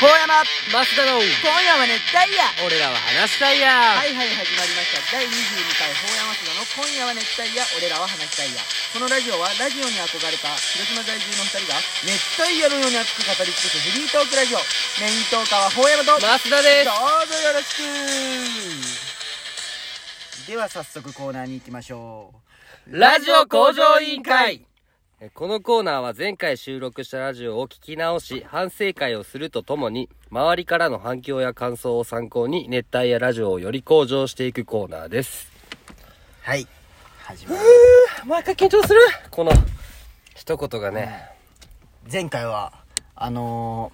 高山マスダの今夜は熱帯夜俺らは話したいや、はいはい始まりました第22回法山須田の今夜は熱帯夜俺らは話したいやこのラジオはラジオに憧れた広島在住の2人が熱帯夜のように熱く語り尽くすフリートークラジオメイントーカーは法山とどうぞマスダですよろしくでは早速コーナーに行きましょうラジオ向上委員会えこのコーナーは前回収録したラジオを聞き直し反省会をするとともに周りからの反響や感想を参考に熱帯夜ラジオをより向上していくコーナーですはい始まる毎回緊張するこの一言がね、前回はあの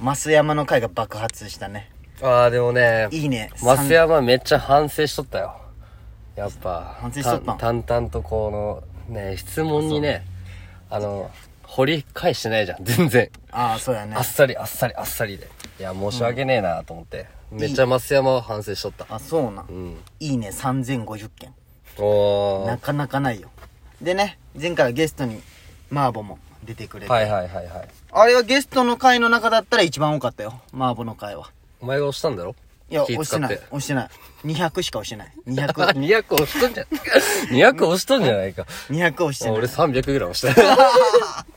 ー、増山の会が爆発したねああでもねいいね増山めっちゃ反省しとったよやっぱ反省しとったん淡々とこのね質問にねあの掘り返してないじゃん全然ああそうやねあっさりあっさりあっさりでいや申し訳ねえなと思って、めっちゃ増山は反省しとったあそうな、うんいいね3050件おなーかなかないよでね前回はゲストにマーボも出てくれて、はいはいはいはいあれはゲストの回の中だったら一番多かったよマーボの回はお前が押したんだろいや気押し使てっない押してない200しか押してない200 200押しとんじゃん200押しとんじゃないか200押してない俺300ぐらい押した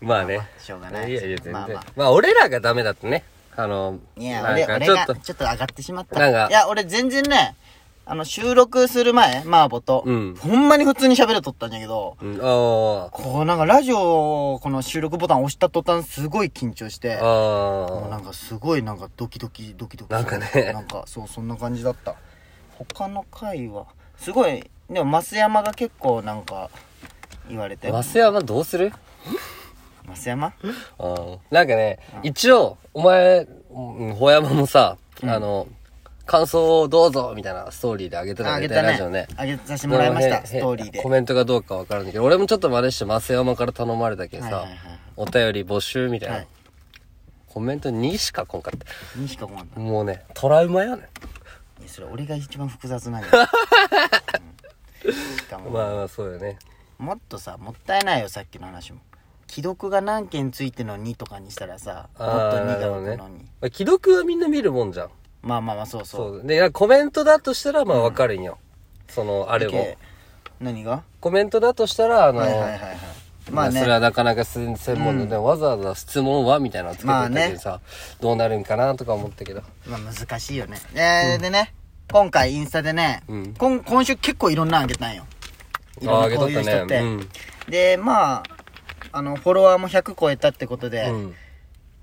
まあねしょうがないいやいや全然ままああ、まあ俺らがダメだってねあのいやな俺ん俺かがちちょょっっとと上がってしまっなたんかいや俺全然ねあの収録する前マーボと、うんほんまに普通に喋れとったんやけどうんあーこうなんかラジオこの収録ボタン押した途端すごい緊張してもうなあんかすごいなんかドキドキドキドキなんかねなんかそうそんな感じだった他の回はすごいでも増山が結構なんか言われてー増山どうする増山うんなんかね、一応、お前、うんほやまもさ、あの、感想をどうぞみたいなストーリーであげてたあよげね、たラジオねね。あげさせてもらいましあのたへストーリーでへコメントがどうかわからんけど、俺もちょっと真似して、増山から頼まれたけどさ、はいはいはいお便り募集みたいな。はいコメント2しか来んかった。にしかごめんないもうね、トラウマよね。やそれ俺が一番複雑なんや、 うんしかも、まあまあ、そうよね。もっとさもったいないよさっきの話も既読が何件ついての2とかにしたらさもっとあー2なるがほど浮ねくのに、。まあ既読はみんな見るもんじゃん。まあまあまあそうそうそう。で、コメントだとしたら、まあわかるんよ。その、あれもけ。何がコメントだとしたら、あの、はいはいはいはいまあねそれはなかなかす専門のね、わざわざ質問はみたいなのつけてまあたねけどさ、どうなるんかなとか思ったけど。まあ難しいよねえーでね今回インスタでね、うんこん今週結構いろんなのあげたんよいろんなこういう人って、うん。でまああのフォロワーも100超えたってことで、うん。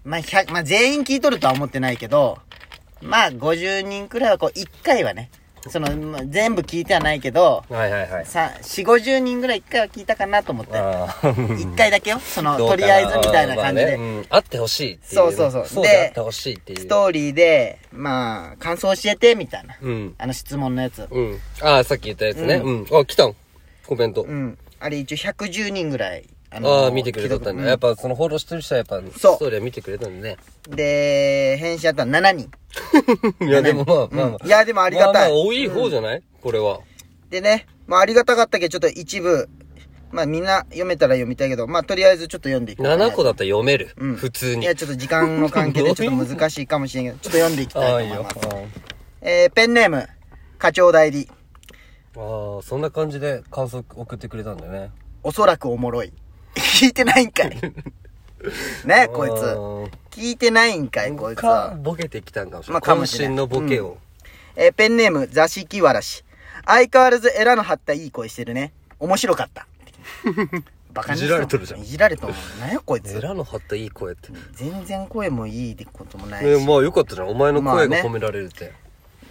まあ、100まあ全員聞いとるとは思ってないけどまあ50人くらいはこう1回はねその、まあ全部聞いてはないけどはいはいはい。 4050人ぐらい1回は聞いたかなと思ってああ 1回だけよそのどうとかりあえずみたいな感じで、まあねうん、あってほしいっていう、そうそうそうそうであってほしいっていう。ストーリーでまあ感想教えてみたいな、うん。あの質問のやつうん。ああ、さっき言ったやつね。うん。あ、来たん。コメント。うんあれ一応110人ぐらいあああ、見てくれとったんだ。やっぱぱそのフォローしてる人はやっぱ、スそうトーリーは見てくれたんだね。で返信あったの7人 いや、でもまあまあまあ。うんいやでもありがたいまあまあ多い方じゃない、これは。でねまあありがたかったけどちょっと一部まあみんな読めたら読みたいけどまあとりあえずちょっと読んでいこうかな7個だったら読める。うん普通いに。やちょっと時間の関係 でちょっと難しいかもしれんけどちょっと読んでいきあたあ、いいいと思いよ ま。すああえーペンネーム課長代理ああそんな感じで感想送ってくれたんだよねおそらくおもろい聞いてないんか いねえこいつつ聞いてないんかいこいつはかボケてきたんかもしれまあないかもしれん渾身のボケを、えーペンネーム、座敷わらし。相変わらずエラの張ったいい声してるね。面白か った。バカにしいじられとるじゃんいじられとる。なんやこいエつ。ラの張ったいい声って、ね全然声もいいってこともないし。まあよかったじゃんお前の声まがあね褒められるって、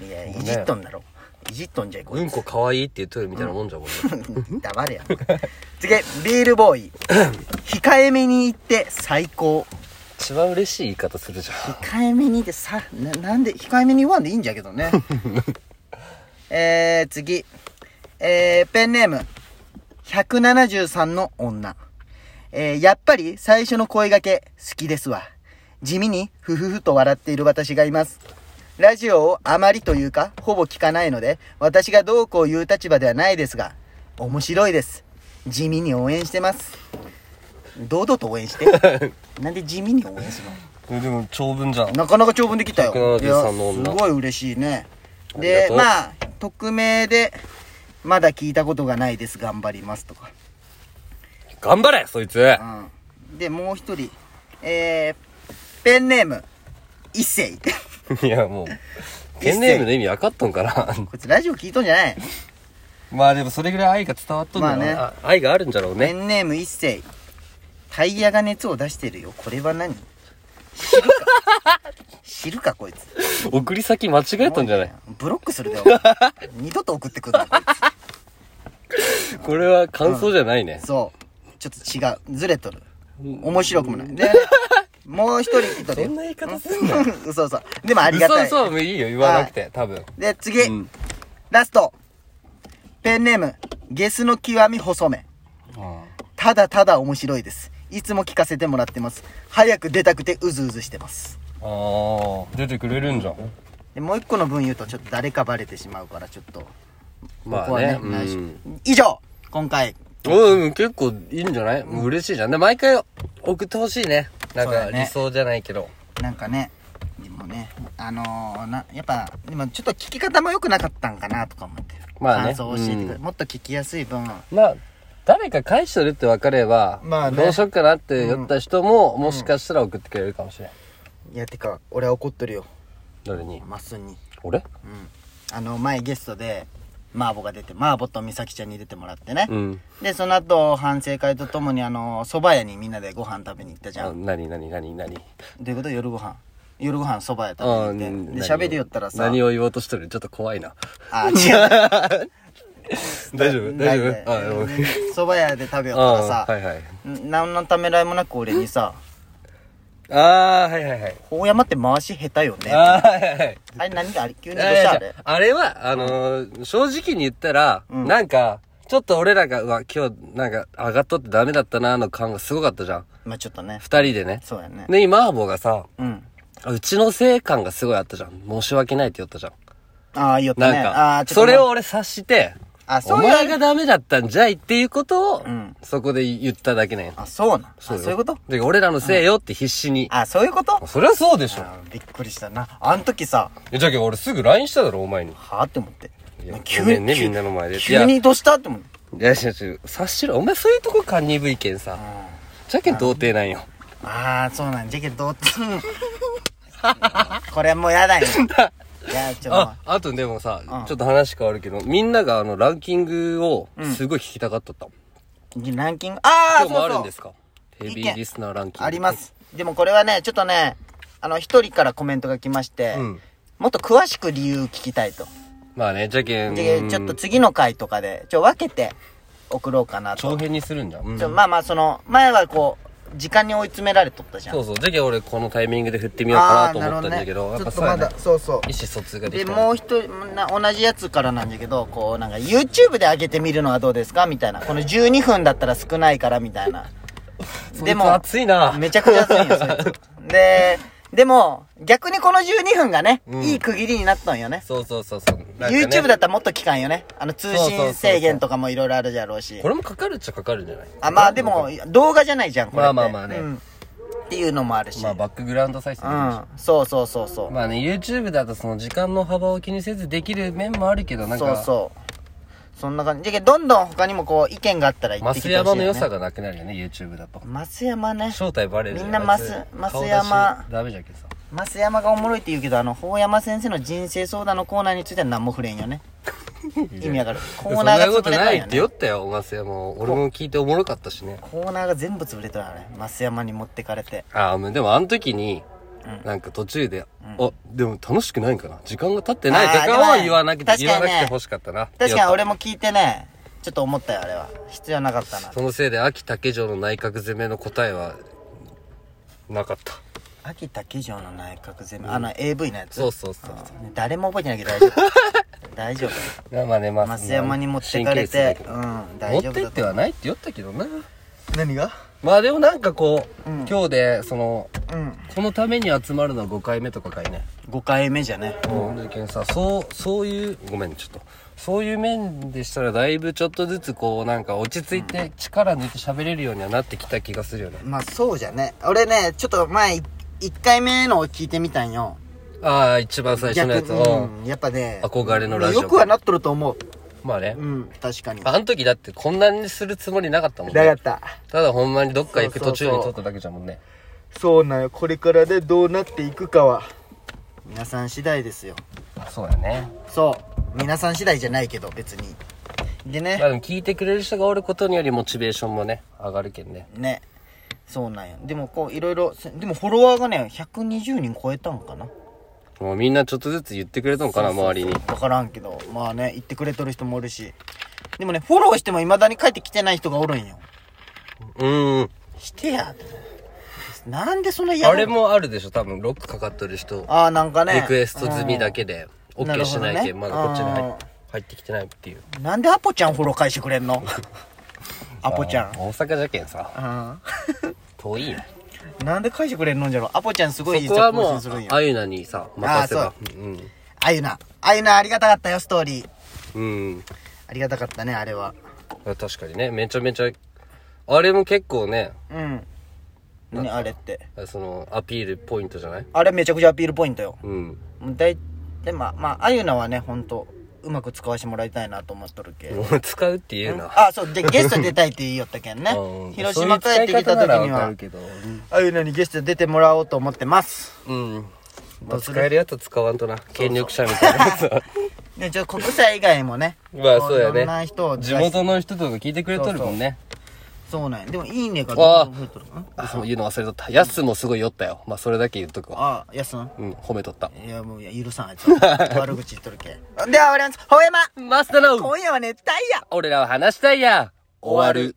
いや、いじっとんだろ。いじっとんじゃい、こういんこかわいいって言っとるみたいなもんじゃん、俺つ。 黙れや。次、ビールボーイ。控えめに言って最高。一番嬉しい言い方するじゃ控えめにってさ、ななんで、控えめに言わんでいいんじゃけどね。えー、次。えー、ペンネーム。173の女。えー、やっぱり最初の声掛け好きですわ。地味にふふふと笑っている私がいます。ラジオをあまりというか、ほぼ聞かないので、私がどうこう言う立場ではないですが、面白いです。地味に応援してます。堂々と応援してなんで地味に応援するえでも長文じゃんのなかなか長文できたよいや173のす女ごい嬉しいねありがでとうまあ匿名でまだ聞いたことがないです頑張りますとか頑張れそいつあうんでもう一人えー、ペンネーム一 星 いやもうペンネームの意味分かったんかなこいつラジオ聞いとんじゃない まあでもそれぐらい愛が伝わっとんだろうね,あ、まあ愛があるんじゃろうペねンネーム一星タイヤが熱を出してるよこれは何知るか知るか こいつ送り先間違えたんじゃないブロックするだよ二度と送ってくるなこいこれは感想じゃないねつ、そうちょっと違うずれとる面白くも ないでもう一人来とるそんな言い方すんな嘘嘘でもありがたい嘘嘘もういいよ言わなくて多分で次、うんラストペンネームゲスの極み細めあただただ面白いですいつも聞かせてもらってます早く出たくてうずうずしてますあ出てくれるんじゃんでもう一個の文言うとちょっと誰かバレてしまうからちょっとまここはあねね、内緒うん以上今回うん、結構いいんじゃない、もう嬉しいじゃん。で毎回送ってほしいね。なんそうだかね理想じゃないけど。なんかねでもねあのー、なやっぱでもちょっと聞き方も良くなかったんかなとか思ってまあね感想を教えてくれ、うんもっと聞きやすい分まあ、誰か返してるって分かれば、まあねどうしよっかなって言った人も、もしかしたら送ってくれるかもしれん。いやてか俺は怒ってるよどれにまっすんに俺うんあの前ゲストでマーボが出てマーボと美咲ちゃんに出てもらってね、うん。でその後反省会とともにあの蕎麦屋にみんなでご飯食べに行ったじゃあ、んどなになになになにういうこと夜ご飯夜ご飯蕎麦屋あー食べに行っんてで何を喋りよったらさ何を言おうとしてるちょっと 怖いな。 あ違う大丈夫大丈夫あううんん蕎麦屋で食べよったらさ、あー、はいはい。何のためらいもなく俺にさあー、はいはいはい。 「大山って回し下手よね」ああー、はいはいはい。れ何があれ急にいどうしやたあいやいれやあれは、あのー正直に言ったら、なんか、ちょっと俺らが、うわ、今日、なんか、上がっとってダメだったな、の感がすごかったじゃん。まあちょっとね二人でね。そうやねで、今、マーボーがさ、うんあうちのせい感がすごいあったじゃん。申し訳ないって言ったじゃん。ああ言ったなんねか、あーちょっとそれを俺察して、あそおうや前がダメだったんじゃいっていうことを、んそこで言っただけなんや。あそうなんそうあよそういうことで、俺らのせいよって必死に。あそういうことそりゃそうでしょ。あびっくりしたなあん時さえじゃあ今日俺すぐ LINE しただろ、お前に。はあって思っていや急ごめんね急みんなの前で急いにどうしたって思っていや、違う違う。察しろ。お前そういうとこか、鈍いけんさ。じゃけん童貞なんよ。ああそうなんじゃけどどう これもうや だよいやちょっあ、あとでもさ、んちょっと話変わるけど、みんながあの、ランキングを、すごい聞きたかったった。とランキングああ今日もあるんそうそでうすかヘビーリスナーランキング。ありま。すでもこれはねちょっとねあの一人からコメントが来まして、うんもっと詳しく理由聞きたいとまあね、じゃけん。でうんちょっと次の回とかでちょ分けて送ろうかなと長編にするんじゃん。うんちょまあまあその前はこう時間に追い詰められとったじゃんそうそう。じゃけん俺このタイミングで振ってみようあかなあとなる思ほったんだけど、ね、やちっょぱっとそうまやねだ。そうそう意思疎通がでできた。もう一人な同じやつからなんだけどこうなんか YouTube で上げてみるのはどうですかみたいなこの12分だったら少ないからみたいな そいつ熱いな。めちゃくちゃ熱いんよそいつ ででも逆にこの12分がね、うんいい区切りになったんよねそうそうそうそう。なんかね YouTube だったらもっと期間よねあの通そうそうそうそ信う制限とかもいろいろあるじゃろうしこれもかかるっちゃかかるんじゃないあまあでも動画じゃないじゃんこれってまあまあまあねうんっていうのもあるし、まあバックグラウンド再生できるしうんそうそうそうそう、まあね、YouTube だとその時間の幅を気にせずできる面もあるけど、なんそうか、そうそんな感じでどんどん他にもこう意見があったら言ってき増てほ山しいのよ、ね、良さがなくなるよね、YouTube だと。増山ね正体バレるじゃみんなマスあいつマス顔出し山ダメじゃけどさ。増山がおもろいって言うけどあの法山先生の人生相談のコーナーについては何も触れんよ ね意味わかるコーナーがそんなこ潰とれたなんいよってね言ったよ、マス山を。俺も聞いておもろかったしね。コーナーが全部潰れたよあれ増山に持ってかれてああ、でもあの時に、なんか途中で、あ、でも楽しくないんかな。時間が経ってないとあーかは言わなくて、で言もねわなくて欲しかったな。確かやにっ俺も聞いてねちょっと思ったよあれは必要なかったなぱそのせいで、秋竹城の内閣攻めの答えは、なかった。秋田基上の内閣全部あの AV のやつそうそうそう。誰も覚えてないけど大丈 夫大丈夫まあね、まあ、増山に持ってかれ神経質だてけ、どうん、持大丈っ夫てだってとはないって言ったけどな何がまあでもなんかこう、今日でそのうんこのために集まるのは5回目とかかいね5回目じゃねうんだけどさそうそういうごめんちょっとそういう面でしたらだいぶちょっとずつこうなんか落ち着いて力抜いて喋れるようにはなってきた気がするよね。まあそうじゃね。俺ね、ちょっと前、1回目のを聞いてみたんよ。ああ、一番最初のやつ逆を。うん、やっぱね、憧れのラジオよくはなっとると思う。まあねう。ん、確かに。あの時だってこんなにするつもりなかったもんだかねっ。た。ただほんまにどっか行くそうそ途うそ中うに撮っただけじゃもんね。そうなんよ。これからでどうなっていくかは、皆さん次第ですよ。そうだね。そう。皆さん次第じゃないけど、別に。でね ま。あでも聞いてくれる人がおることによりモチベーションもね、上がるけんね。ねそうなんやでもこういろいろでもフォロワーがね120人超えたんかなもうみんなちょっとずつ言ってくれたのかな、そうそうそう周りに。分からんけどまあね言ってくれとる人もおるしでもねフォローしても未だに帰ってきてない人がおるんようーん。してやってなんでそんなやあれもあるでしょ、多分ロックかかっとる人。ああなんかねリクエスト済みだけで、うん OK しないけなん、まるだほどねこっちにう入ん入ってきてないっていう。うんなんでアポちゃんフォロー返してくれん のアポちゃん大阪じゃけんさ、う遠いよ。んなんで返してくれんのんじゃろアポちゃんすごいいいそこは作も品うするん、よあゆなにさ、任せあばそ。うん。あゆなあゆなありがたかったよストーリーうん。ありがたかったねあれは確かにね、めちゃめちゃ、あれも結構ね、うん何あれってその、アピールポイントじゃないあれめちゃくちゃアピールポイントよ。うん。 もう大体、まあ、まあ、あゆなはね、ほんと、うまく使わせてもらいたいなと思っとるけ。もう使うって言うな。あ、そう、で、ゲスト出たいって言いよったけんねうん。広島帰ってきた時には、そういう使い方ならわかるけどあゆなにゲスト出てもらおうと思ってます。うん。まあ、使えるやつは使わんとな。権力者みたいな やつは。。で、ちょ、国際以外もねまあ、そうやいろんなね。人を出し地元の人とか聞いてくれとるもんね。そうなんや。でも、いいねがあどんどん増えとる。んあそう言うの忘れとった。ヤスもすごい酔ったよ。まあ、それだけ言っとくわ。あ、やすん。うん、褒めとった。いや、もう、いや許さん、あいつは。悪口言っとるけ。では、終わります。ほえまマスターの今夜は熱帯夜俺らは話したいや終わる。